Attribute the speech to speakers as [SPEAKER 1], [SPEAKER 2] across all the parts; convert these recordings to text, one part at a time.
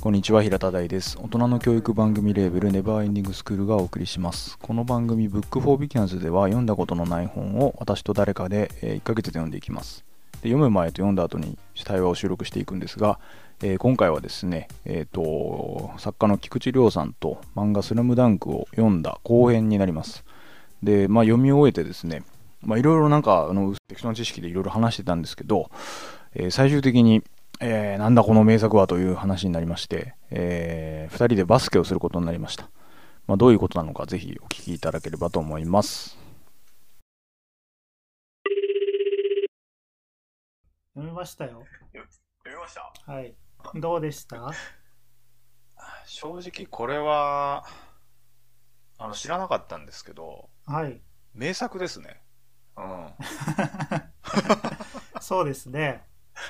[SPEAKER 1] こんにちは平田大です大人の教育番組レーベルネバーエンディングスクールがお送りしますこの番組ブックフォービキャンズでは読んだことのない本を私と誰かでえー1ヶ月で読んでいきますで読む前と読んだ後に対話を収録していくんですが、えー今回はですね、えー、と作家の菊池亮さんと漫画「スラムダンクを読んだ後編になりますで、まあ、読み終えてですねまあいろいろなんかあの適当な知識でいろいろ話してたんですけど、えー最終的に、えーなんだこの名作はという話になりまして、え2人でバスケをすることになりました、まあ、どういうことなのかぜひお聞きいただければと思います
[SPEAKER 2] 読みましたよ。
[SPEAKER 3] 読みました
[SPEAKER 2] はい。どうでした
[SPEAKER 3] 正直これはあの知らなかったんですけど
[SPEAKER 2] はい。
[SPEAKER 3] 名作ですねうん
[SPEAKER 2] そうですね。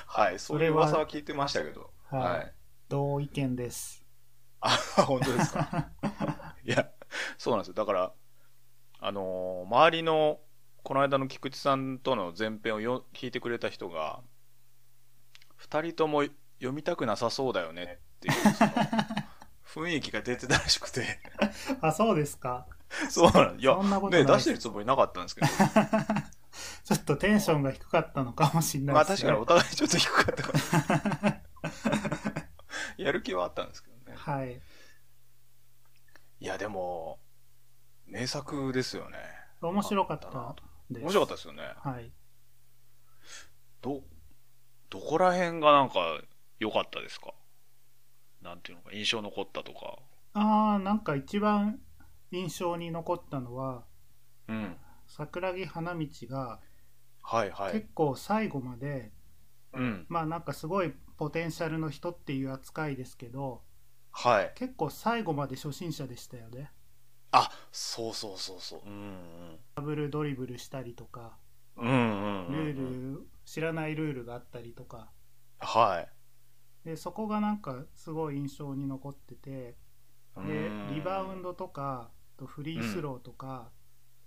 [SPEAKER 3] はいそういう噂は聞いてましたけど
[SPEAKER 2] は
[SPEAKER 3] はいい、
[SPEAKER 2] 同意見です。
[SPEAKER 3] あ本当ですか いやそうなんですよだからあのー周りのこの間の菊池さんとの前編をよ聞いてくれた人が2人とも読みたくなさそうだよねっていうその雰囲気が出てたらしくて
[SPEAKER 2] あ、そうですか。
[SPEAKER 3] そうなんいや
[SPEAKER 2] そんなことない
[SPEAKER 3] ね
[SPEAKER 2] です
[SPEAKER 3] 出してるつもりなかったんです けど
[SPEAKER 2] ちょっとテンションが低かったのかもしれな
[SPEAKER 3] ま
[SPEAKER 2] い
[SPEAKER 3] あ
[SPEAKER 2] で
[SPEAKER 3] 確
[SPEAKER 2] す
[SPEAKER 3] か
[SPEAKER 2] ね。
[SPEAKER 3] にお互いちょっと低かったから やる気はあったんですけどね
[SPEAKER 2] はい。
[SPEAKER 3] いやでも名作ですよね
[SPEAKER 2] 面白かった
[SPEAKER 3] な
[SPEAKER 2] です。
[SPEAKER 3] 面白かったですよね
[SPEAKER 2] た。はい。
[SPEAKER 3] どどこら辺がなんか良かったですかなんていうのか印象残ったとか
[SPEAKER 2] あー、なんか一番印象に残ったのは、
[SPEAKER 3] うん
[SPEAKER 2] 桜木花道が
[SPEAKER 3] はいはい
[SPEAKER 2] 結構最後まで、
[SPEAKER 3] うん
[SPEAKER 2] まあなんかすごいポテンシャルの人っていう扱いですけど、
[SPEAKER 3] はい
[SPEAKER 2] 結構最後まで初心者でしたよね。
[SPEAKER 3] あそうそうそうそううん
[SPEAKER 2] ダブルドリブルしたりとか、
[SPEAKER 3] うんうんうんうん
[SPEAKER 2] ルール、
[SPEAKER 3] ル
[SPEAKER 2] 知らないルールがあったりとか
[SPEAKER 3] はい
[SPEAKER 2] でそこがなんかすごい印象に残ってて
[SPEAKER 3] う
[SPEAKER 2] で
[SPEAKER 3] ん
[SPEAKER 2] リバウンドとかあとフリースローとか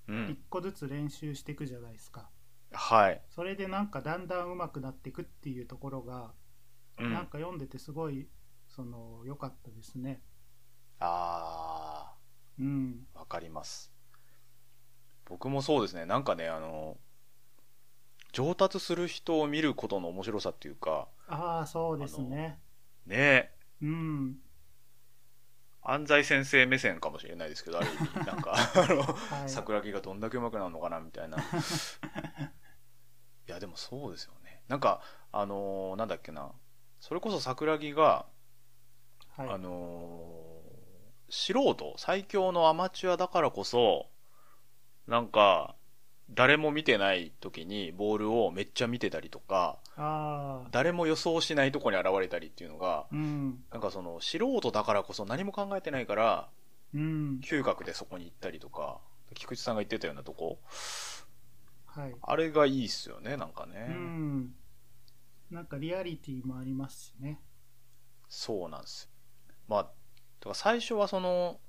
[SPEAKER 3] う
[SPEAKER 2] 1
[SPEAKER 3] ん
[SPEAKER 2] 個ずつ練習していくじゃないですか
[SPEAKER 3] はい、
[SPEAKER 2] それでなんかだんだん上手くなっていくっていうところが、
[SPEAKER 3] うん、
[SPEAKER 2] なんか読んでてすごいその良かったですね
[SPEAKER 3] ああ
[SPEAKER 2] うん
[SPEAKER 3] わかります。僕もそうですね。なんかね、あの、上達する人を見ることの面白さっていうか、
[SPEAKER 2] ああそうですね
[SPEAKER 3] ねえ、
[SPEAKER 2] うん
[SPEAKER 3] 安西先生目線かもしれないですけど、ある意味、なん か、あの、
[SPEAKER 2] はい
[SPEAKER 3] 桜木がどんだけ上手くなるのかな、みたいな。いや、でもそうですよね。なんか、あのーなんだっけな、それこそ桜木が、
[SPEAKER 2] はい
[SPEAKER 3] あのー素人最強のアマチュアだからこそなんか誰も見てない時にボールをめっちゃ見てたりとか
[SPEAKER 2] ああ
[SPEAKER 3] 誰も予想しないとこに現れたりっていうのが
[SPEAKER 2] うん
[SPEAKER 3] なんかその素人だからこそ何も考えてないから
[SPEAKER 2] うん
[SPEAKER 3] 嗅覚でそこに行ったりとか菊池さんが言ってたようなとこ
[SPEAKER 2] はい
[SPEAKER 3] あれがいいっすよねなんか
[SPEAKER 2] う
[SPEAKER 3] ね、
[SPEAKER 2] んなんかリアリティもありますしね
[SPEAKER 3] そうなんですよまあだから最初はその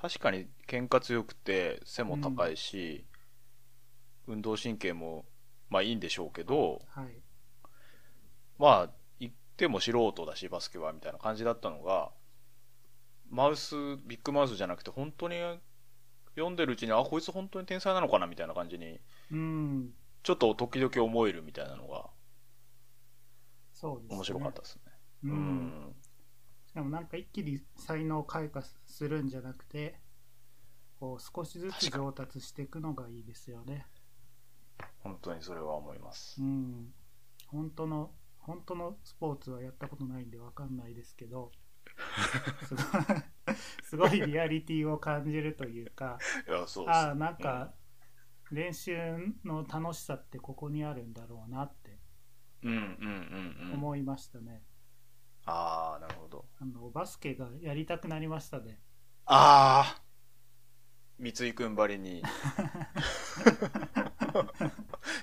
[SPEAKER 3] 確かに喧嘩強くて背も高いし、運動神経もまあいいんでしょうけど
[SPEAKER 2] はい
[SPEAKER 3] まあ言っても素人だしバスケはみたいな感じだったのがマウスビッグマウスじゃなくて本当に読んでるうちにあこいつ本当に天才なのかなみたいな感じに
[SPEAKER 2] うん
[SPEAKER 3] ちょっと時々思えるみたいなのが
[SPEAKER 2] そうです、ね、
[SPEAKER 3] 面白かったですね。
[SPEAKER 2] うん、
[SPEAKER 3] うん
[SPEAKER 2] しかもなんか一気に才能を開花するんじゃなくてこう少しずつ
[SPEAKER 3] 確かに
[SPEAKER 2] 上達していくのがいいですよね
[SPEAKER 3] 本当にそれは思います
[SPEAKER 2] う。ん本当の本当のスポーツはやったことないんでわかんないですけ どすごいすごいリアリティを感じるというか
[SPEAKER 3] いやそうです
[SPEAKER 2] ああなんか練習の楽しさってここにあるんだろうなって
[SPEAKER 3] うんうんうんうん。
[SPEAKER 2] 思いましたね、
[SPEAKER 3] ああ、なるほど。
[SPEAKER 2] あのバスケがやりたくなりましたね
[SPEAKER 3] ああ、三井くんばり に。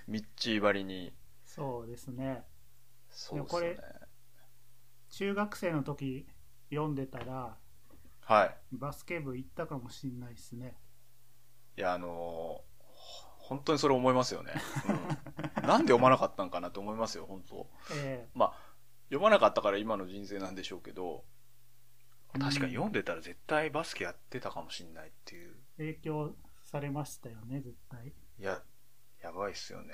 [SPEAKER 3] ミッチーばりに。
[SPEAKER 2] そうですね
[SPEAKER 3] そう
[SPEAKER 2] これ
[SPEAKER 3] ですね。
[SPEAKER 2] 中学生の時読んでたら
[SPEAKER 3] はい。
[SPEAKER 2] バスケ部行ったかもしんないですね
[SPEAKER 3] いや、あのーほ本当にそれ思いますよね。うん、なんで読まなかったんかなって思いますよ、本当。
[SPEAKER 2] え
[SPEAKER 3] まあ、読まなかったから今の人生なんでしょうけど、
[SPEAKER 2] うん
[SPEAKER 3] 確かに読んでたら絶対バスケやってたかもしんないっていう。
[SPEAKER 2] え影響されましたよね、絶対。
[SPEAKER 3] いや、やばいっすよね。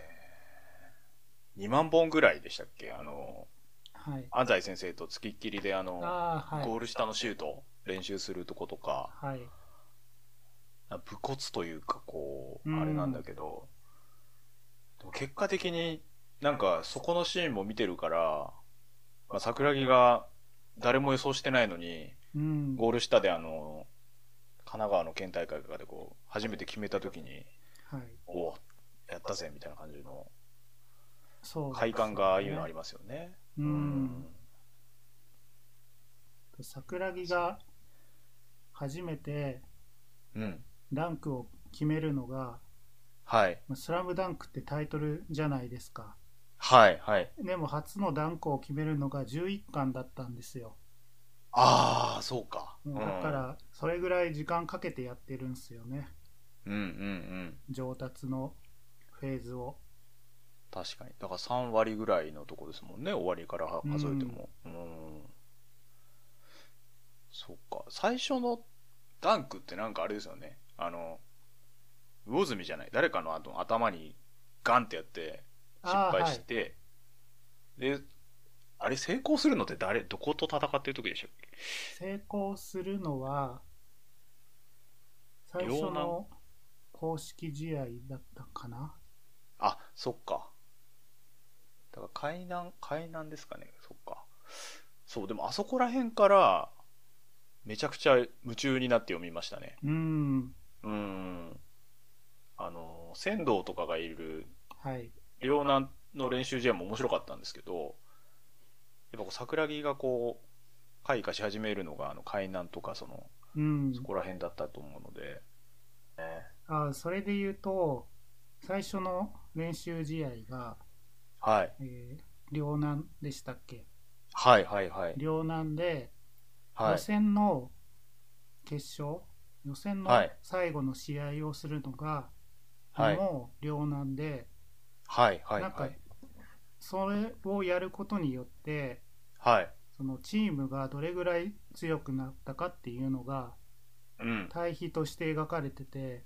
[SPEAKER 3] 2万本ぐらいでしたっけあの、
[SPEAKER 2] はい。
[SPEAKER 3] 安西先生と付きっきりであの、
[SPEAKER 2] ああ、はい。
[SPEAKER 3] ゴール下のシュート練習するとことか、
[SPEAKER 2] はい。
[SPEAKER 3] 武骨というかこ
[SPEAKER 2] う
[SPEAKER 3] う、
[SPEAKER 2] ん
[SPEAKER 3] あれなんだけど、でも結果的になんかそこのシーンも見てるから、まあ、桜木が誰も予想してないのに、
[SPEAKER 2] うん。
[SPEAKER 3] ゴール下であの、神奈川の県大会とかでこう、初めて決めた時に、
[SPEAKER 2] はい。
[SPEAKER 3] おおやったぜみたいな感じの
[SPEAKER 2] そう。
[SPEAKER 3] 快感がああいうのありますよね。
[SPEAKER 2] う。
[SPEAKER 3] うん
[SPEAKER 2] 桜木が初めて
[SPEAKER 3] うん。
[SPEAKER 2] ダンクを決めるのが、
[SPEAKER 3] はい。
[SPEAKER 2] まあスラムダンクってタイトルじゃないですか。
[SPEAKER 3] はい、はい。
[SPEAKER 2] でも初のダンクを決めるのが11巻だったんですよ。
[SPEAKER 3] ああ、そうか。
[SPEAKER 2] もうだか、ら、それぐらい時間かけてやってるんですよね。
[SPEAKER 3] うん、うん、うん。
[SPEAKER 2] 上達のフェーズを。
[SPEAKER 3] 確かに。だから3割ぐらいのとこですもんね、終わりから数えても。うん。そっか。最初のダンクってなんかあれですよね。あの、魚住じゃない。誰かのあの頭にガンってやって、失
[SPEAKER 2] あー
[SPEAKER 3] 敗して、で、あれ成功するのって誰、どこと戦ってる時でしたっ
[SPEAKER 2] 成功するのは、最初
[SPEAKER 3] 両南
[SPEAKER 2] の公式試合だったかな。
[SPEAKER 3] あ、そっか。だから海南、海南ですかね。そっか。そう、でもあそこら辺から、めちゃくちゃ夢中になって読みましたね。
[SPEAKER 2] うん。
[SPEAKER 3] うん。あの、仙道とかがいる、
[SPEAKER 2] はい。
[SPEAKER 3] 両南の練習試合も面白かったんですけど、やっぱこう桜木がこう、開花し始めるのが、あの、海南とか、その、
[SPEAKER 2] うん
[SPEAKER 3] そ。こら辺だったと思うので、ね
[SPEAKER 2] あそれで言うと、最初の練習試合が、
[SPEAKER 3] はい。
[SPEAKER 2] えー、両南でしたっけ
[SPEAKER 3] はいはいはい。
[SPEAKER 2] 両南で、
[SPEAKER 3] は
[SPEAKER 2] 予
[SPEAKER 3] い。
[SPEAKER 2] 選の決勝、予選の
[SPEAKER 3] はい
[SPEAKER 2] 最後の試合をするのが、
[SPEAKER 3] はい。
[SPEAKER 2] もう両南で、
[SPEAKER 3] はいはい
[SPEAKER 2] なん
[SPEAKER 3] は
[SPEAKER 2] か
[SPEAKER 3] い。
[SPEAKER 2] それをやることによって、
[SPEAKER 3] はい。
[SPEAKER 2] そのチームがどれぐらい強くなったかっていうのが
[SPEAKER 3] うん。
[SPEAKER 2] 対比として描かれてて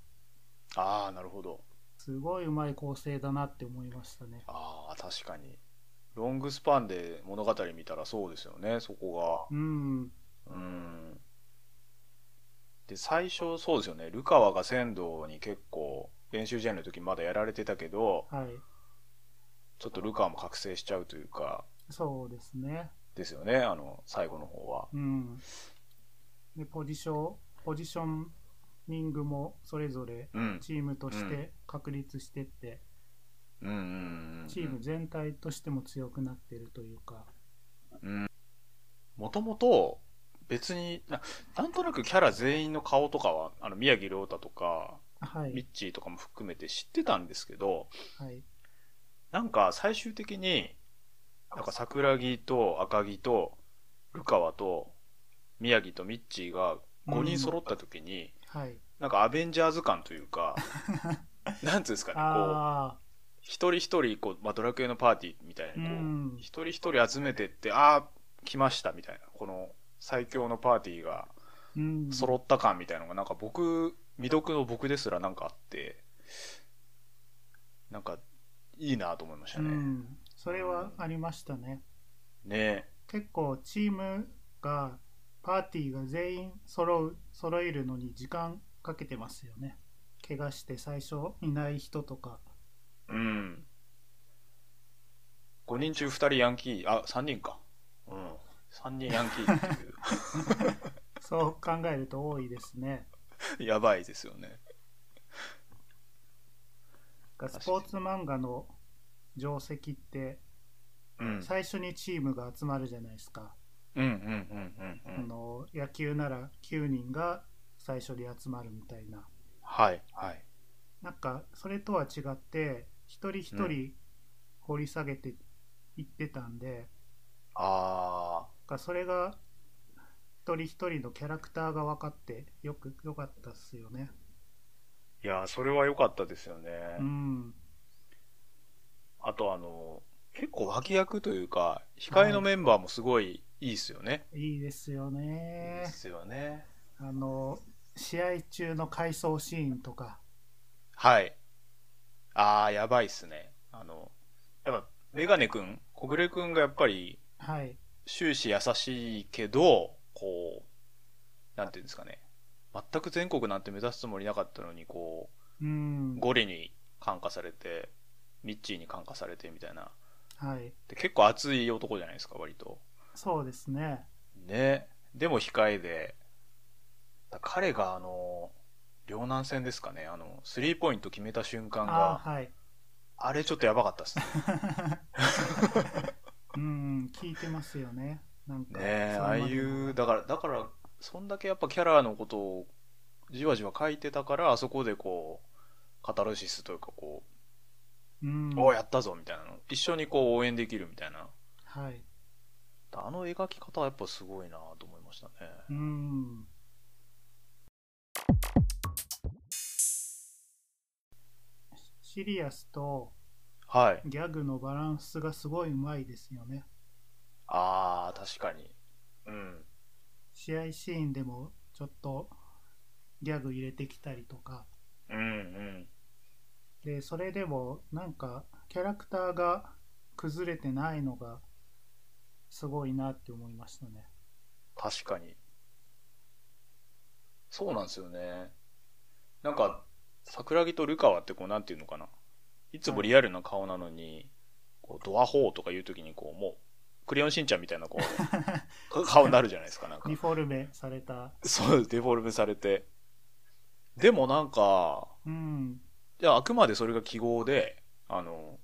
[SPEAKER 3] ああ、なるほど。
[SPEAKER 2] すごいうまい構成だなって思いましたね
[SPEAKER 3] ああ、確かに。ロングスパンで物語見たらそうですよね、そこ
[SPEAKER 2] うん
[SPEAKER 3] が。うん。で、最初、そうですよね、ルカワが仙道に結構、練習試合の時まだやられてたけど、
[SPEAKER 2] はい
[SPEAKER 3] ちょっとルカワも覚醒しちゃうというか、
[SPEAKER 2] そうですね
[SPEAKER 3] ですよね、あの、最後の方は。
[SPEAKER 2] うんでポジションポジショニングもそれぞれ
[SPEAKER 3] うん。
[SPEAKER 2] チームとし
[SPEAKER 3] う
[SPEAKER 2] て確立してって、
[SPEAKER 3] うんうんうんうん。
[SPEAKER 2] チーム全体としても強くなってるというか、
[SPEAKER 3] もともと、別にな、なんとなくキャラ全員の顔とかは、あの、宮城亮太とか、
[SPEAKER 2] は
[SPEAKER 3] ミッ
[SPEAKER 2] い、
[SPEAKER 3] チーとかも含めて知ってたんですけど、
[SPEAKER 2] はい、
[SPEAKER 3] なんか最終的に、なんか桜木と赤木と、ルカワと、宮城とミッチーが5人揃った時に、
[SPEAKER 2] はい、
[SPEAKER 3] なんかアベンジャーズ感という か、なんつうんですかね、こう、
[SPEAKER 2] あ
[SPEAKER 3] 一人一人、こう、まあ、ドラクエのパーティーみたい
[SPEAKER 2] あ、う
[SPEAKER 3] に、こう、
[SPEAKER 2] ん、
[SPEAKER 3] 一人一人集めてって、ああ、来ましたみたいな、この最強のパーティーが
[SPEAKER 2] うん、
[SPEAKER 3] 揃った感みたいなのが、なんか僕、未読の僕ですらなんかあって、なんか、いいなと思いました
[SPEAKER 2] う
[SPEAKER 3] ね。
[SPEAKER 2] ん、それはありましたね。
[SPEAKER 3] ねえ。
[SPEAKER 2] 結構チームがパーティーが全員揃う揃えるのに時間かけてますよね怪我して最初いない人とか
[SPEAKER 3] うん。5人中2人ヤンキー、あ、3人か。うん。3人ヤンキーって い
[SPEAKER 2] そう考えると多いですね
[SPEAKER 3] う。やばいですよね。
[SPEAKER 2] だから
[SPEAKER 3] 確
[SPEAKER 2] ス
[SPEAKER 3] か
[SPEAKER 2] ポ
[SPEAKER 3] に
[SPEAKER 2] ーツ漫画の定石って
[SPEAKER 3] うん。
[SPEAKER 2] 最初にチームが集まるじゃないですか、
[SPEAKER 3] うんうんうんうんう
[SPEAKER 2] あ
[SPEAKER 3] ん。
[SPEAKER 2] の野球なら9人が最初に集まるみたいな
[SPEAKER 3] はい、はい。
[SPEAKER 2] なんかそれとは違って一人一
[SPEAKER 3] う
[SPEAKER 2] 人掘り下げていってたんで、
[SPEAKER 3] あ
[SPEAKER 2] かそれが一人一人のキャラクターが分かってよく良かったっすよね
[SPEAKER 3] ー、いやー、それは良かったですよね。
[SPEAKER 2] うん。
[SPEAKER 3] あと、あの、結構脇役というか、控えのメンバーもすごいいいですよね。
[SPEAKER 2] いいですよ
[SPEAKER 3] いい
[SPEAKER 2] ね
[SPEAKER 3] で。すよね。
[SPEAKER 2] あの、試合中の回想シーンとか。
[SPEAKER 3] はい。あー、やばいっすね。あの、やっぱ、メガネくん、小暮くんがやっぱり、
[SPEAKER 2] はい。
[SPEAKER 3] 終始優しいけど、こう、なんていうんですかね。全く全国なんて目指すつもりなかったのに、こ
[SPEAKER 2] う
[SPEAKER 3] う、
[SPEAKER 2] ん。
[SPEAKER 3] ゴリに感化されて、ミッチーに感化されてみたいな。
[SPEAKER 2] はい。
[SPEAKER 3] で結構熱い男じゃないですか、割と。
[SPEAKER 2] そうですね。
[SPEAKER 3] ね。でも控えで、彼があの、両南戦ですかね、あの、スリーポイント決めた瞬間
[SPEAKER 2] あ
[SPEAKER 3] が、
[SPEAKER 2] あ、はい。
[SPEAKER 3] あれちょっとやばかったっすね。
[SPEAKER 2] うん、聞いてますよね。なんか。
[SPEAKER 3] ねえ、
[SPEAKER 2] そ
[SPEAKER 3] ああ
[SPEAKER 2] れまでの
[SPEAKER 3] いう、だから、だから、そんだけやっぱキャラのことをじわじわ書いてたから、あそこでこう、カタルシスというかこ
[SPEAKER 2] うん
[SPEAKER 3] う、おお、やったぞみたいなの、一緒にこう応援できるみたいな。
[SPEAKER 2] はい。
[SPEAKER 3] あの描き方はやっぱすごいなと思いましたね。
[SPEAKER 2] うん。シリアスと
[SPEAKER 3] はい。
[SPEAKER 2] ギャグのバランスがすごいうまいですよね。
[SPEAKER 3] ああ、確かに。うん。
[SPEAKER 2] 試合シーンでもちょっとギャグ入れてきたりとか。
[SPEAKER 3] うんうん。
[SPEAKER 2] で、それでもなんかキャラクターが崩れてないのがすごいなって思いましたね。
[SPEAKER 3] 確かに。そうなんですよね。なんか、桜木とルカワってこう、なんていうのかな。いつもリアルな顔なのに、こうドアホーとか言うときにこう、もう、クレヨンしんちゃんみたいなこう、 か顔になるじゃないですか、なんか
[SPEAKER 2] リ。フォルメされた。
[SPEAKER 3] そう、デフォルメされて。でもなんか、
[SPEAKER 2] うん。
[SPEAKER 3] いや、あくまでそれが記号で、あの、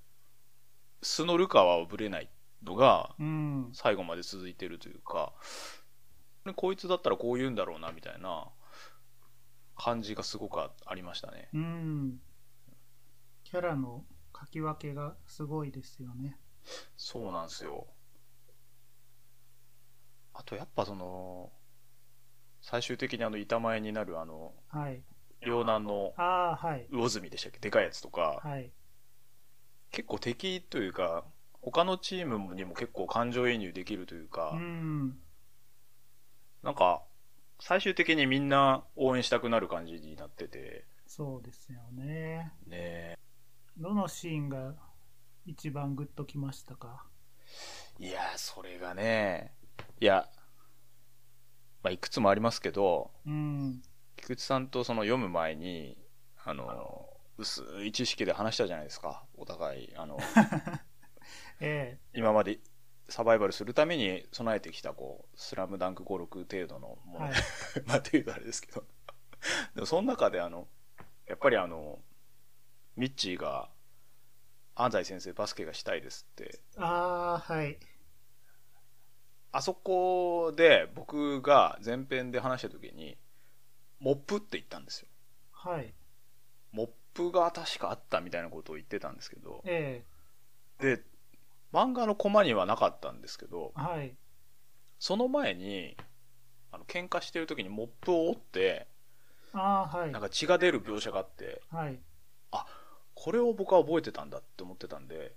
[SPEAKER 3] 素のルカワはぶれないのが、
[SPEAKER 2] うん。
[SPEAKER 3] 最後まで続いてるというか、こいつだったらこう言うんだろうなみたいな感じがすごくあありましたね。
[SPEAKER 2] うん。キャラの書き分けがすごいですよね。
[SPEAKER 3] そうなんですよ。あとやっぱその、最終的にあの板前になるあの、
[SPEAKER 2] はい。
[SPEAKER 3] 両南の
[SPEAKER 2] ああ、はい。
[SPEAKER 3] 魚住でしたっけでかいやつとか、
[SPEAKER 2] はい。
[SPEAKER 3] 結構敵というか、他のチームにも結構感情移入できるというか、
[SPEAKER 2] うん。
[SPEAKER 3] なんか、最終的にみんな応援したくなる感じになってて、
[SPEAKER 2] そうですよね。
[SPEAKER 3] ねえ
[SPEAKER 2] どのシーンが一番グッときましたか
[SPEAKER 3] いやー、それがね、いや、まあ、いくつもありますけど、
[SPEAKER 2] うん。
[SPEAKER 3] 菊池さんとその読む前に、あの、薄い知識で話したじゃないですか、お互い。あ の、
[SPEAKER 2] え
[SPEAKER 3] 今までサバイバルするために備えてきた、こう、スラムダンク5、6程度の
[SPEAKER 2] え。
[SPEAKER 3] もの、
[SPEAKER 2] はい。
[SPEAKER 3] まあ、っていうとあれですけど。 でも、その中で、あの、やっぱりあの、ミッチーが、安西先生バスケがしたいですって
[SPEAKER 2] ああ、はい。
[SPEAKER 3] あそこで僕が前編で話した時に、モップって言ったんですよ。
[SPEAKER 2] はい。
[SPEAKER 3] モップが確かあったみたいなことを言ってたんですけど、
[SPEAKER 2] ええ。
[SPEAKER 3] で、漫画のコマにはなかったんですけど、
[SPEAKER 2] はい。
[SPEAKER 3] その前に、あの、喧嘩してる時にモップを折って、
[SPEAKER 2] ああ、はい
[SPEAKER 3] なん。か血が出る描写があって、
[SPEAKER 2] はい。
[SPEAKER 3] これを僕は覚えてたんだって思ってたんで、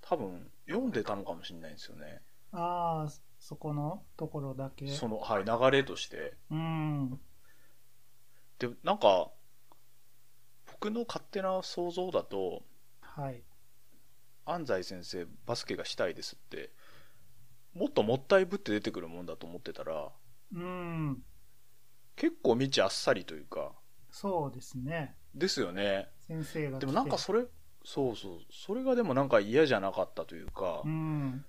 [SPEAKER 3] 多分、読んでたのかもしれないんですよね。
[SPEAKER 2] ああ、そこのところだけ。
[SPEAKER 3] その、はい、流れとして。
[SPEAKER 2] うん。
[SPEAKER 3] で、なんか、僕の勝手な想像だと、
[SPEAKER 2] はい。
[SPEAKER 3] 安西先生、バスケがしたいですって、もっともったいぶって出てくるもんだと思ってたら、
[SPEAKER 2] うん。
[SPEAKER 3] 結構道あっさりというか、
[SPEAKER 2] そうですね。
[SPEAKER 3] ですよね。
[SPEAKER 2] 先生が来て
[SPEAKER 3] でもなんかそれ、そうそう、それがでもなんか嫌じゃなかったというか
[SPEAKER 2] う、ん。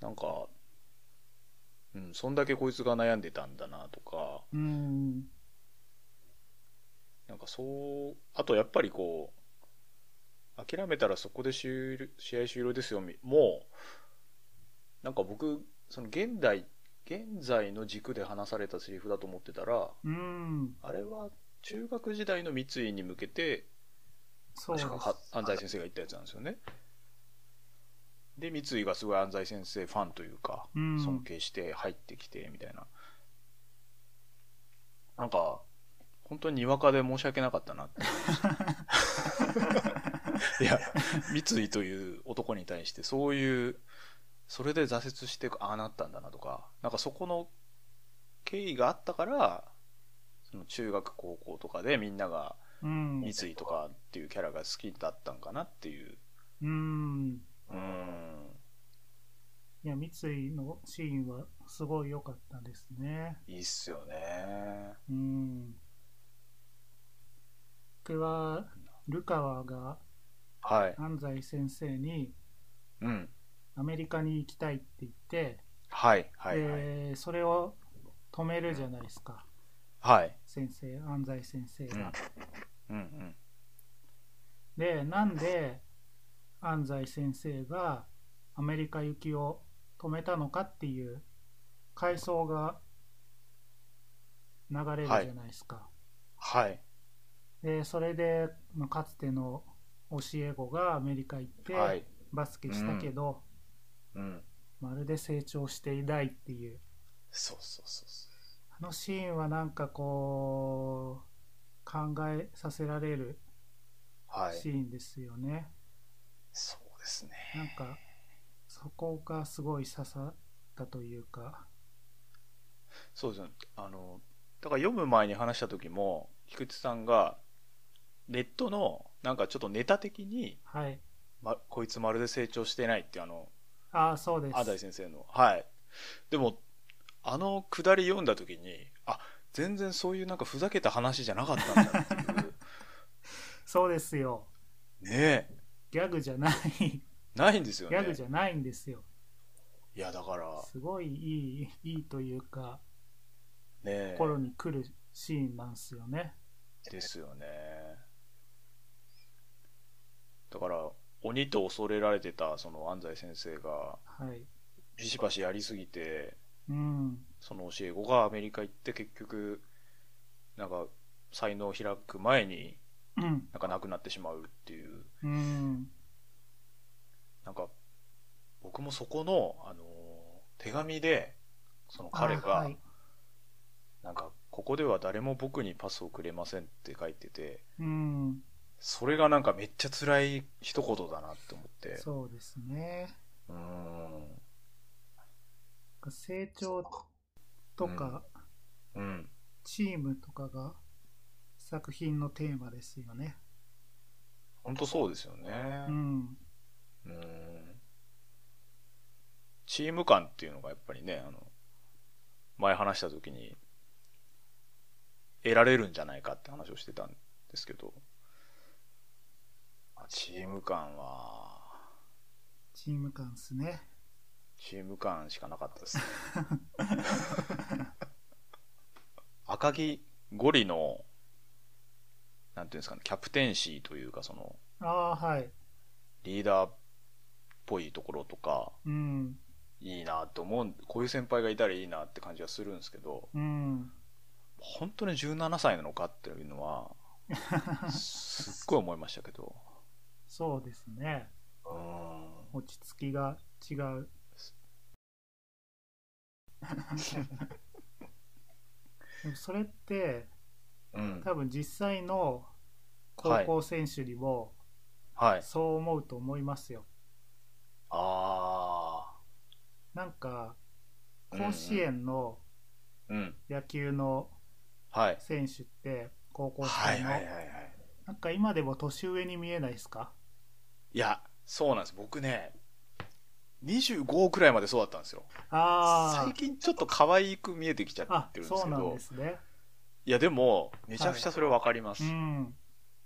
[SPEAKER 3] なんか、うん、そんだけこいつが悩んでたんだなとか、
[SPEAKER 2] うん。
[SPEAKER 3] なんかそう、あとやっぱりこう、諦めたらそこで終了試合終了ですよ、みもう、なんか僕、その現代、現在の軸で話されたセリフだと思ってたら、
[SPEAKER 2] うん。
[SPEAKER 3] あれは中学時代の三井に向けて、
[SPEAKER 2] そうで
[SPEAKER 3] 確
[SPEAKER 2] す
[SPEAKER 3] か。は安西先生が言ったやつなんですよね。で、三井がすごい安西先生ファンというか、
[SPEAKER 2] うん。
[SPEAKER 3] 尊敬して入ってきてみたいな、なんか本当ににわかで申し訳なかった なって思いましたいや三井という男に対してそういうそれで挫折してああなったんだなとかなんかそこの経緯があったからその中学高校とかでみんなが
[SPEAKER 2] うん。
[SPEAKER 3] 三井とかっていうキャラが好きだったんかなっていう
[SPEAKER 2] うん。
[SPEAKER 3] うん
[SPEAKER 2] いや、三井のシーンはすごい良かったですね。
[SPEAKER 3] いいっすよね
[SPEAKER 2] うん。僕は、ルカワが
[SPEAKER 3] はい
[SPEAKER 2] 安西先生に
[SPEAKER 3] うん
[SPEAKER 2] アメリカに行きたいって言って、
[SPEAKER 3] はいはいはい、
[SPEAKER 2] でそれを止めるじゃないですか、
[SPEAKER 3] はい
[SPEAKER 2] 先生、安西先生
[SPEAKER 3] うん
[SPEAKER 2] が。
[SPEAKER 3] うんうん
[SPEAKER 2] で、なんで安西先生がアメリカ行きを止めたのかっていう回想が流れるじゃないですか。
[SPEAKER 3] はい
[SPEAKER 2] でそれで、まあ、かつての教え子がアメリカ行って、
[SPEAKER 3] はい
[SPEAKER 2] バスケしたけど、
[SPEAKER 3] うん
[SPEAKER 2] まるで成長していないっていう
[SPEAKER 3] そうそうそうそ
[SPEAKER 2] あのシーンはなんかこう考えさせられる
[SPEAKER 3] うはい
[SPEAKER 2] シーンですよね、
[SPEAKER 3] そうですね
[SPEAKER 2] なんかそこがすごい刺さったというか
[SPEAKER 3] そうですねあのだから読む前に話した時も菊池さんがネットのなんかちょっとネタ的に、
[SPEAKER 2] はい
[SPEAKER 3] ま、こいつまるで成長してないってあの
[SPEAKER 2] ああそうです
[SPEAKER 3] 安西先生のはいでもあのくだり読んだ時にあ全然そういうなんかふざけた話じゃなかったんだ っていう
[SPEAKER 2] そうですよ
[SPEAKER 3] ねえ
[SPEAKER 2] ギャグじゃないギ
[SPEAKER 3] ないんですよね
[SPEAKER 2] ャグじゃないんですよ
[SPEAKER 3] いやだから
[SPEAKER 2] すごいいいいいというか
[SPEAKER 3] ねえ
[SPEAKER 2] 心に来るシーンなんですよね
[SPEAKER 3] ですよねだから鬼と恐れられてたその安西先生が
[SPEAKER 2] はい
[SPEAKER 3] ビシバシやりすぎて
[SPEAKER 2] うん
[SPEAKER 3] その教え子がアメリカ行って結局なんか才能を開く前に
[SPEAKER 2] うん
[SPEAKER 3] なんかなくなってしまうっていう
[SPEAKER 2] うん
[SPEAKER 3] なんか僕もそこの、あの手紙でその彼
[SPEAKER 2] あ
[SPEAKER 3] が
[SPEAKER 2] はい
[SPEAKER 3] なんかここでは誰も僕にパスをくれませんって書いてて
[SPEAKER 2] うん
[SPEAKER 3] それがなんかめっちゃ辛い一言だなって思って
[SPEAKER 2] そうですね
[SPEAKER 3] うーん
[SPEAKER 2] 成長とか
[SPEAKER 3] うん
[SPEAKER 2] チームとかが作品のテーマですよね
[SPEAKER 3] 本当そうですよね
[SPEAKER 2] うん
[SPEAKER 3] うんチーム感っていうのがやっぱりねあの前話した時に得られるんじゃないかって話をしてたんですけどあチーム感は
[SPEAKER 2] チーム感っすね
[SPEAKER 3] チーム感しかなかったですね 赤木ゴリのなんていうんですかねキャプテンシーというかその
[SPEAKER 2] ああはい
[SPEAKER 3] リーダーっぽいところとか
[SPEAKER 2] うん
[SPEAKER 3] いいなと思うんこういう先輩がいたらいいなって感じはするんですけど
[SPEAKER 2] うん
[SPEAKER 3] 本当に17歳なのかっていうのはすっごい思いましたけど
[SPEAKER 2] そうですね
[SPEAKER 3] うん
[SPEAKER 2] 落ち着きが違うでもそれって
[SPEAKER 3] うん
[SPEAKER 2] 多分実際の高校選手にも
[SPEAKER 3] はい
[SPEAKER 2] そう思うと思いますよ、
[SPEAKER 3] あ
[SPEAKER 2] なんか
[SPEAKER 3] うんうん
[SPEAKER 2] 甲子園の
[SPEAKER 3] あうん
[SPEAKER 2] 野球の
[SPEAKER 3] はい
[SPEAKER 2] 選手って高校
[SPEAKER 3] は
[SPEAKER 2] 生
[SPEAKER 3] い
[SPEAKER 2] の、
[SPEAKER 3] はいはいはい
[SPEAKER 2] なんか今でも年上に見えないですか
[SPEAKER 3] いやそうなんです僕ね25くらいまでそうだったんですよ
[SPEAKER 2] あ
[SPEAKER 3] 最近ちょっと可愛く見えてきちゃ
[SPEAKER 2] ああ
[SPEAKER 3] ってるんで
[SPEAKER 2] そ
[SPEAKER 3] す
[SPEAKER 2] う
[SPEAKER 3] け
[SPEAKER 2] なん
[SPEAKER 3] ど
[SPEAKER 2] ですね
[SPEAKER 3] いやでもめちゃくちゃそれ分かります、
[SPEAKER 2] うん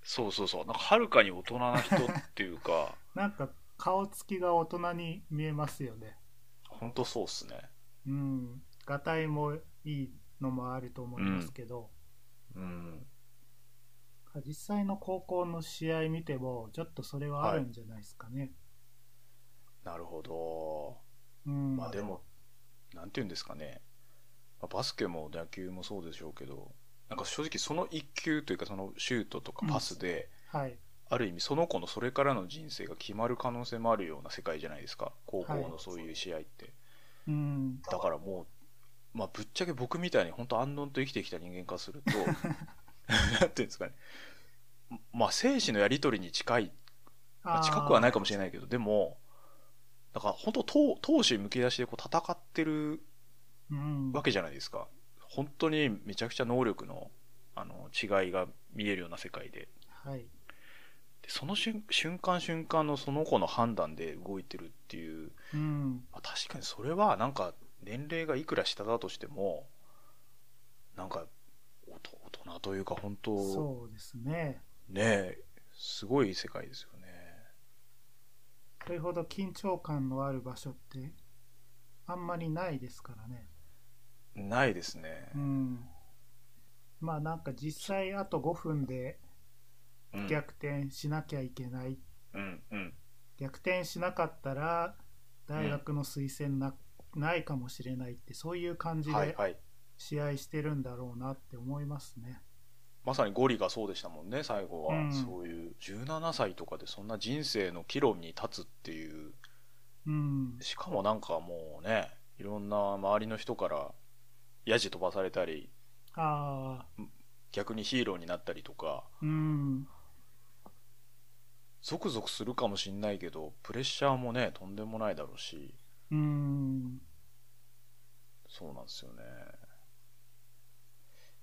[SPEAKER 3] そうそうそうなんかはるかに大人な人っていうか
[SPEAKER 2] なんか顔つきが大人に見えますよね
[SPEAKER 3] 本当そうっすね
[SPEAKER 2] うんがたいもいいのもあると思いますけど、
[SPEAKER 3] うん
[SPEAKER 2] 実際の高校の試合見てもちょっとそれはあるんじゃないですかね、
[SPEAKER 3] なるほど
[SPEAKER 2] うん
[SPEAKER 3] まあでも、なんていうんですかね、まあバスケも野球もそうでしょうけど、なんか正直その一球というか、そのシュートとかパスで、
[SPEAKER 2] はい
[SPEAKER 3] ある意味その子のそれからの人生が決まる可能性もあるような世界じゃないですか、高校
[SPEAKER 2] は
[SPEAKER 3] の
[SPEAKER 2] い
[SPEAKER 3] そういう試合って。
[SPEAKER 2] うん
[SPEAKER 3] だからもう、まあ、ぶっちゃけ僕みたいに本当、安穏と生きてきた人間化すると、なんていうんですかね。まあ、生死のやり取りに近い、まあ近くはないかもしれないけど、でも、だから本当闘、闘志むき出しでこう戦ってる
[SPEAKER 2] うん、
[SPEAKER 3] わけじゃないですか。本当にめちゃくちゃ能力のあの違いが見えるような世界で。
[SPEAKER 2] はい、
[SPEAKER 3] でその瞬瞬間瞬間のその子の判断で動いてるっていう、
[SPEAKER 2] うん、
[SPEAKER 3] まあ、確かにそれはなんか年齢がいくら下だとしてもなんかおと大人というか本当
[SPEAKER 2] そうですね。
[SPEAKER 3] ねえすごい世界ですよね
[SPEAKER 2] それほど緊張感のある場所ってあんまりないですからね。
[SPEAKER 3] ないですね
[SPEAKER 2] う、ん、まあなんか実際あと5分で
[SPEAKER 3] うん、
[SPEAKER 2] 逆転しなきゃいけない、
[SPEAKER 3] うんうん
[SPEAKER 2] 逆転しなかったら大学の推薦な,、ないかもしれないってそういう感じ
[SPEAKER 3] はい
[SPEAKER 2] で
[SPEAKER 3] はい
[SPEAKER 2] 試合してるんだろうなって思いますね。
[SPEAKER 3] まさにゴリがそうでしたもんね最後は、
[SPEAKER 2] うん
[SPEAKER 3] そういう17歳とかでそんな人生の岐路に立つっていう
[SPEAKER 2] うん、
[SPEAKER 3] しかもなんかもうねいろんな周りの人からヤジ飛ばされたり
[SPEAKER 2] ああ、
[SPEAKER 3] 逆にヒーローになったりとか
[SPEAKER 2] うん、
[SPEAKER 3] ゾクゾクするかもしんないけどプレッシャーもねとんでもないだろうし
[SPEAKER 2] うん、
[SPEAKER 3] そうなんですよね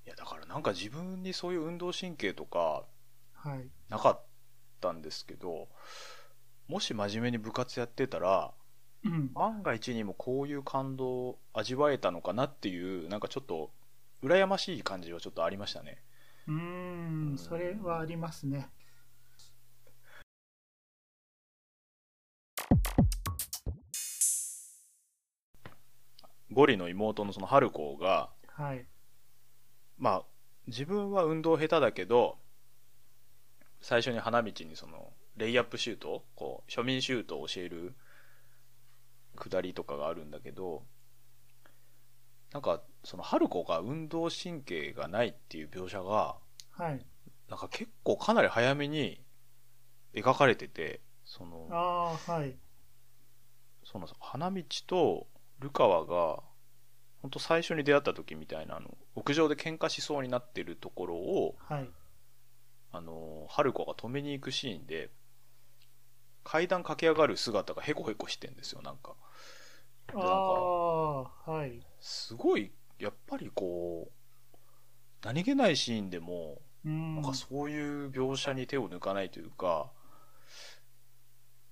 [SPEAKER 3] いやだからなんか自分にそういう運動神経とか
[SPEAKER 2] はい、
[SPEAKER 3] なかったんですけどもし真面目に部活やってたら
[SPEAKER 2] うん、
[SPEAKER 3] 万が一にもこういう感動を味わえたのかなっていうなんかちょっと羨ましい感じはちょっとありましたね
[SPEAKER 2] うん、それはありますね。
[SPEAKER 3] ゴリの妹のその春子が
[SPEAKER 2] はい、
[SPEAKER 3] まあ自分は運動下手だけど最初に花道にそのレイアップシュートをこう庶民シュートを教えるくだりとかがあるんだけどなんかその春子が運動神経がないっていう描写が
[SPEAKER 2] はい、
[SPEAKER 3] なんか結構かなり早めに描かれててその
[SPEAKER 2] ああ、はい、
[SPEAKER 3] そうなんです花道とルカワが本当最初に出会った時みたいなあの屋上で喧嘩しそうになってるところを
[SPEAKER 2] はい、
[SPEAKER 3] あの春子が止めに行くシーンで階段駆け上がる姿がヘコヘコしてんですよなんか
[SPEAKER 2] ああ、はい、
[SPEAKER 3] すごいやっぱりこう何気ないシーンでも
[SPEAKER 2] うん、
[SPEAKER 3] なんかそういう描写に手を抜かないというか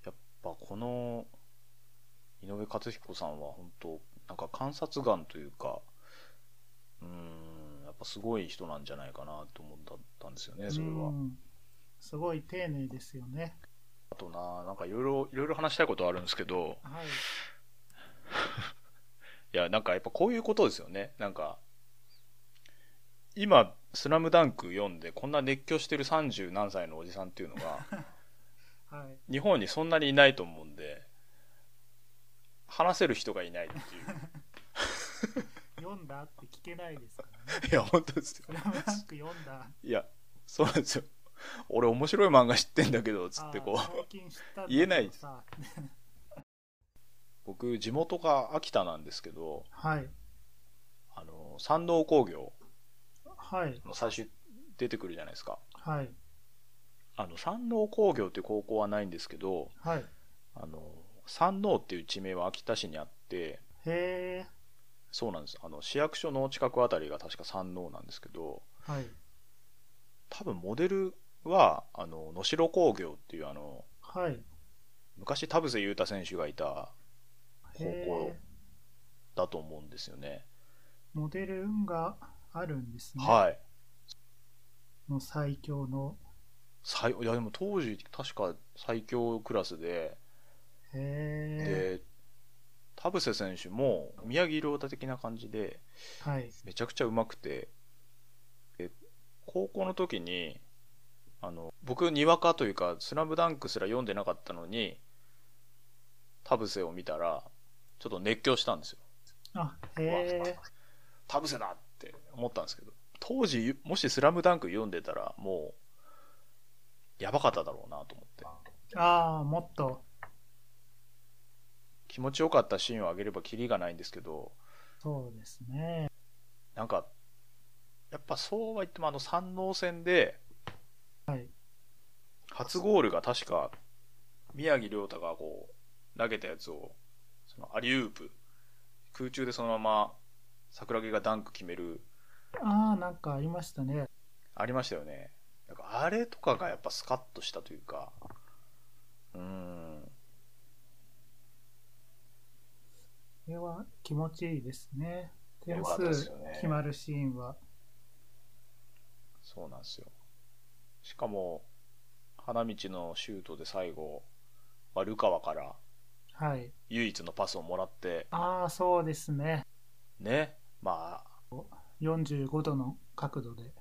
[SPEAKER 3] やっぱこの井上克彦さんは本当なんか観察眼というかうーんやっぱすごい人なんじゃないかなと思ったんですよねそれは
[SPEAKER 2] う。んすごい丁寧ですよね。
[SPEAKER 3] あとな、なんかいろいろ、いろいろ話したいことあるんですけど、
[SPEAKER 2] はい。
[SPEAKER 3] いや、なんかやっぱこういうことですよね。なんか、今、スラムダンク読んで、こんな熱狂してる30何歳のおじさんっていうの が、
[SPEAKER 2] はい。
[SPEAKER 3] 日本にそんなにいないと思うんで、話せる人がいないってい
[SPEAKER 2] 読んだって聞けないですからね。
[SPEAKER 3] う。いや、本当ですよ
[SPEAKER 2] ス。ラムダンク読んだ。
[SPEAKER 3] いや、そうなんですよ。俺面白い漫画知ってんだけど、つってこ
[SPEAKER 2] あー
[SPEAKER 3] う。
[SPEAKER 2] 最近知ったんだけどさ
[SPEAKER 3] 言えないです僕、地元が秋田なんですけど、
[SPEAKER 2] はい。
[SPEAKER 3] あの、山王工業
[SPEAKER 2] はい。
[SPEAKER 3] の最終出てくるじゃないですか。
[SPEAKER 2] はい。
[SPEAKER 3] あの山王工業っていう高校はないんですけど
[SPEAKER 2] はい。へ
[SPEAKER 3] あの山王っていう地名は秋田市にあって
[SPEAKER 2] え。
[SPEAKER 3] そうなんですあの市役所の近くあたりが確か山王なんですけど
[SPEAKER 2] はい。
[SPEAKER 3] 多分モデルはあの能代工業っていうあの
[SPEAKER 2] はい。
[SPEAKER 3] 昔田臥勇太選手がいた高校
[SPEAKER 2] へ
[SPEAKER 3] だと思うんですよね。
[SPEAKER 2] ーモデル運があるんですね。
[SPEAKER 3] はい
[SPEAKER 2] の最強の。
[SPEAKER 3] 最いやでも当時確か最強クラスで
[SPEAKER 2] へえ。
[SPEAKER 3] で田臥選手も宮城亮太的な感じで
[SPEAKER 2] はい。
[SPEAKER 3] めちゃくちゃうまくてで高校の時にあの僕にわかというか「スラムダンクすら読んでなかったのに田臥を見たらちょっと熱狂したんですよ
[SPEAKER 2] あ、へえ。
[SPEAKER 3] 田臥だって思ったんですけど当時もし「スラムダンク読んでたらもうやばかっただろうなと思って
[SPEAKER 2] ああ、もっと。
[SPEAKER 3] 気持ちよかったシーンを上げればキリがないんですけど
[SPEAKER 2] そうですね。
[SPEAKER 3] なんかやっぱそうは言ってもあの山王戦で
[SPEAKER 2] はい
[SPEAKER 3] 初ゴールが確か宮城亮太がこう投げたやつをそのアリウープ空中でそのまま桜木がダンク決める
[SPEAKER 2] ああなんかありましたね
[SPEAKER 3] ありましたよねなんかあれとかがやっぱスカッとしたというかうーん
[SPEAKER 2] これは気持ちいいですね点
[SPEAKER 3] よかったです
[SPEAKER 2] 数
[SPEAKER 3] よね
[SPEAKER 2] 決まるシーンは
[SPEAKER 3] そうなんですよしかも花道のシュートで最後、まあ、ルカワから
[SPEAKER 2] はい
[SPEAKER 3] 唯一のパスをもらって
[SPEAKER 2] ああそうですね
[SPEAKER 3] ねまあ
[SPEAKER 2] 45度の角度で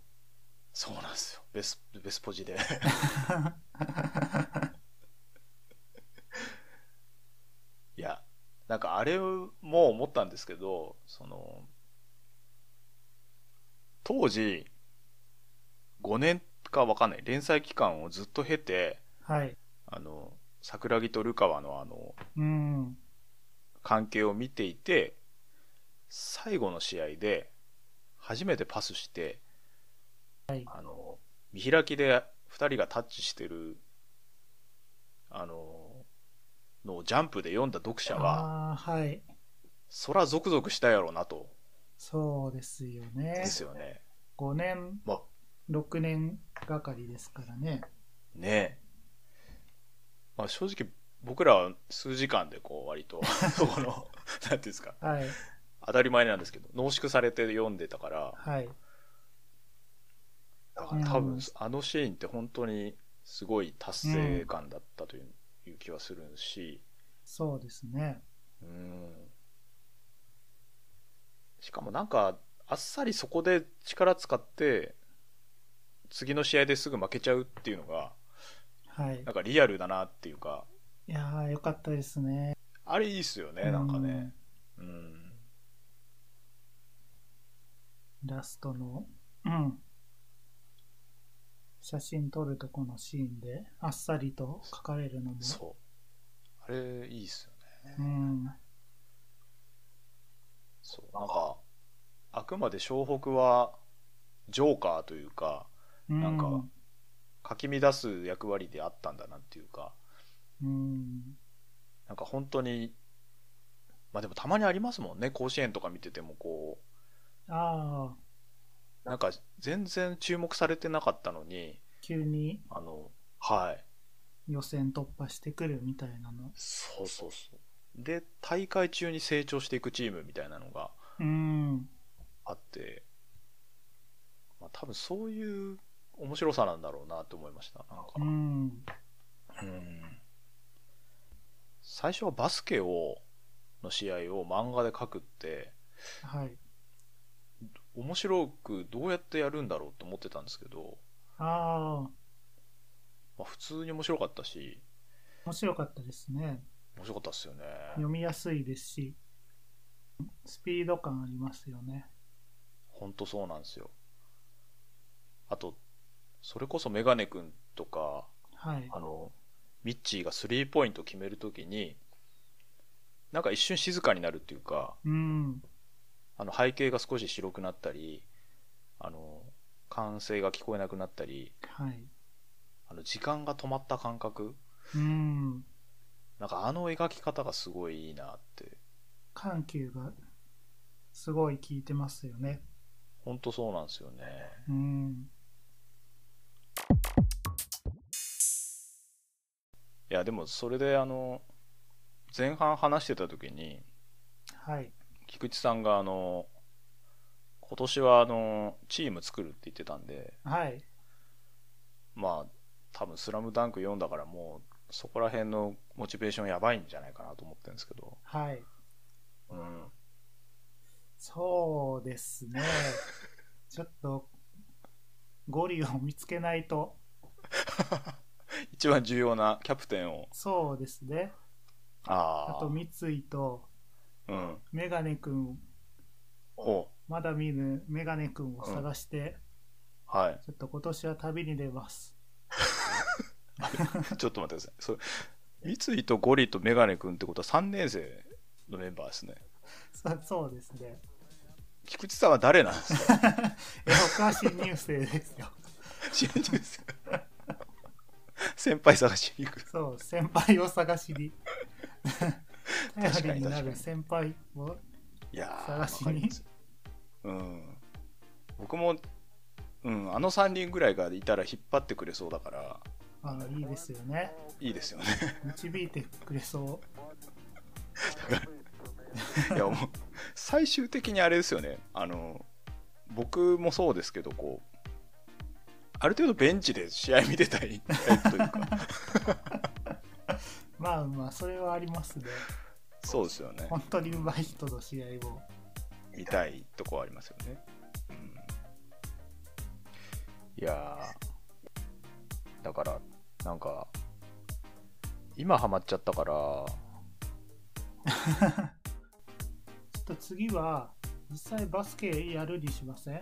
[SPEAKER 3] そうなんですよベスベスポジでいやなんかあれも思ったんですけどその当時5年かわかんない連載期間をずっと経て
[SPEAKER 2] はい
[SPEAKER 3] あの桜木とルカワのあの
[SPEAKER 2] うん
[SPEAKER 3] 関係を見ていて最後の試合で初めてパスして、
[SPEAKER 2] はい
[SPEAKER 3] あの見開きで2人がタッチしてるあののをジャンプで読んだ読者は
[SPEAKER 2] ああはい
[SPEAKER 3] そらゾクゾクしたやろうなと
[SPEAKER 2] そうですよね
[SPEAKER 3] ですよね。
[SPEAKER 2] 5年
[SPEAKER 3] まあ
[SPEAKER 2] 6年がかりですからね
[SPEAKER 3] ねえ、まあ、正直僕らは数時間でこう割とそこの何ていうんですか
[SPEAKER 2] はい
[SPEAKER 3] 当たり前なんですけど濃縮されて読んでたから。
[SPEAKER 2] はい
[SPEAKER 3] だから多
[SPEAKER 2] う
[SPEAKER 3] 分
[SPEAKER 2] ん
[SPEAKER 3] あのシーンって本当にすごい達成感だったという,、気はするし、
[SPEAKER 2] そうですね
[SPEAKER 3] うん、しかもなんかあっさりそこで力使って次の試合ですぐ負けちゃうっていうのが
[SPEAKER 2] はい
[SPEAKER 3] なんかリアルだなっていうか
[SPEAKER 2] いやーよかったですね
[SPEAKER 3] あれいいっすよねなんかね、うん、
[SPEAKER 2] うんラストのうん写真撮るとこのシーンであっさりと書かれるのも
[SPEAKER 3] そうあれいいっすよね
[SPEAKER 2] うん
[SPEAKER 3] そうなんかあくまで湘北はジョーカーというかなんか
[SPEAKER 2] うん
[SPEAKER 3] かき乱す役割であったんだなっていうか
[SPEAKER 2] うん
[SPEAKER 3] なんか本当にまあでもたまにありますもんね甲子園とか見ててもこ
[SPEAKER 2] ああ
[SPEAKER 3] うなんか全然注目されてなかったのに
[SPEAKER 2] 急に
[SPEAKER 3] あのはい
[SPEAKER 2] 予選突破してくるみたいなの
[SPEAKER 3] そうそうそうで大会中に成長していくチームみたいなのが
[SPEAKER 2] うん
[SPEAKER 3] あって、まあ、多分そういう面白さなんだろうなと思いましたなんか、
[SPEAKER 2] うん
[SPEAKER 3] うん最初はバスケをの試合を漫画で描くって
[SPEAKER 2] はい
[SPEAKER 3] 面白くどうやってやるんだろうと思ってたんですけど、
[SPEAKER 2] ああ
[SPEAKER 3] まあ、普通に面白かったし
[SPEAKER 2] 面白かったですね
[SPEAKER 3] 面白かったっすよね
[SPEAKER 2] 読みやすいですしスピード感ありますよね
[SPEAKER 3] ほんとそうなんですよあとそれこそメガネ君とか
[SPEAKER 2] はい
[SPEAKER 3] あのミッチーがスリーポイント決めるときになんか一瞬静かになるっていうか
[SPEAKER 2] うん
[SPEAKER 3] あの背景が少し白くなったりあの歓声が聞こえなくなったり
[SPEAKER 2] はい
[SPEAKER 3] あの時間が止まった感覚
[SPEAKER 2] うん
[SPEAKER 3] なんかあの描き方がすごいいいなって
[SPEAKER 2] 緩急がすごい効いてますよね
[SPEAKER 3] ほんとそうなんですよね
[SPEAKER 2] うん
[SPEAKER 3] いやでもそれであの前半話してた時に
[SPEAKER 2] はい
[SPEAKER 3] 菊池さんがあの今年はあのチーム作るって言ってたんで
[SPEAKER 2] はい
[SPEAKER 3] まあ多分「スラムダンク読んだからもうそこら辺のモチベーションやばいんじゃないかなと思ってるんですけど、
[SPEAKER 2] はい
[SPEAKER 3] うん、
[SPEAKER 2] そうですねちょっとゴリを見つけないと
[SPEAKER 3] 一番重要なキャプテンを
[SPEAKER 2] そうですねあ
[SPEAKER 3] あ
[SPEAKER 2] と三井と
[SPEAKER 3] あうん
[SPEAKER 2] メガネくん
[SPEAKER 3] お
[SPEAKER 2] まだ見ぬメガネくんを探し
[SPEAKER 3] は
[SPEAKER 2] て、
[SPEAKER 3] い
[SPEAKER 2] ちょっと今年は旅に出ます
[SPEAKER 3] ちょっと待ってください。それ三井とゴリとメガネ君ってことは3年生のメンバーですね。
[SPEAKER 2] そそうですね
[SPEAKER 3] 菊池さんは誰なんですか
[SPEAKER 2] え僕は新入生ですよ
[SPEAKER 3] 知らないですよ先輩探しに行く。
[SPEAKER 2] そう先輩を探し に
[SPEAKER 3] 確か
[SPEAKER 2] 頼り
[SPEAKER 3] に確
[SPEAKER 2] にな
[SPEAKER 3] か
[SPEAKER 2] る
[SPEAKER 3] に
[SPEAKER 2] 先輩を
[SPEAKER 3] いやー
[SPEAKER 2] 探しに
[SPEAKER 3] わかりますうん。僕も、うん、あの3人ぐらいがいたら引っ張ってくれそうだから、
[SPEAKER 2] あのいいですよね
[SPEAKER 3] いいです よね。
[SPEAKER 2] 導いてくれそ
[SPEAKER 3] いやもう最終的にあれですよねあの僕もそうですけどこうある程度ベンチで試合見てたいタイプという か
[SPEAKER 2] うまあまあそれはありますね
[SPEAKER 3] そうですよね
[SPEAKER 2] 本当にうまい人の試合を
[SPEAKER 3] 見たいとこはありますよね、うん、いやーだからなんか今ハマっちゃったから
[SPEAKER 2] ちょっと次は実際バスケやるにしませ ん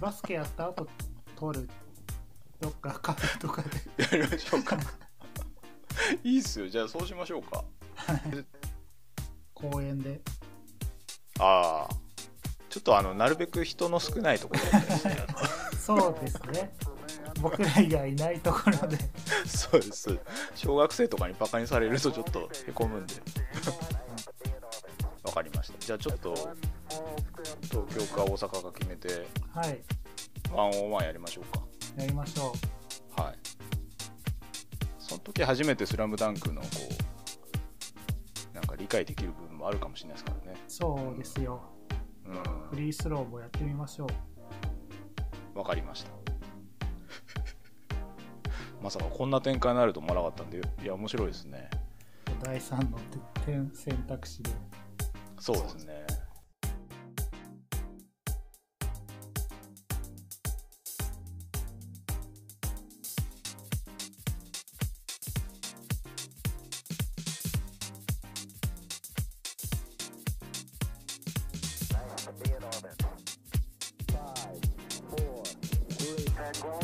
[SPEAKER 2] バスケやった後取るどっかカフェとかで
[SPEAKER 3] やりましょうかいいっすよじゃあそうしましょうか
[SPEAKER 2] 公園で
[SPEAKER 3] ああちょっとあのなるべく人の少ないところ で
[SPEAKER 2] そうですね僕ら以外いないところで
[SPEAKER 3] そうです小学生とかにバカにされるとちょっとへこむんでわかりましたじゃあちょっと東京か大阪か決めて
[SPEAKER 2] はい
[SPEAKER 3] ワンオンワンやりましょう
[SPEAKER 2] やりましょ
[SPEAKER 3] かはいその時初めて「スラムダンクのこうなんか理解できる部分もあるかもしれないですからね
[SPEAKER 2] うそうですよフリースローもやってみましょう
[SPEAKER 3] うんわかりました まさかこんな展開になると思わなかったんでいや面白いですね
[SPEAKER 2] 第3の点選択肢で
[SPEAKER 3] そうですね。
[SPEAKER 4] Five, four, three, and go.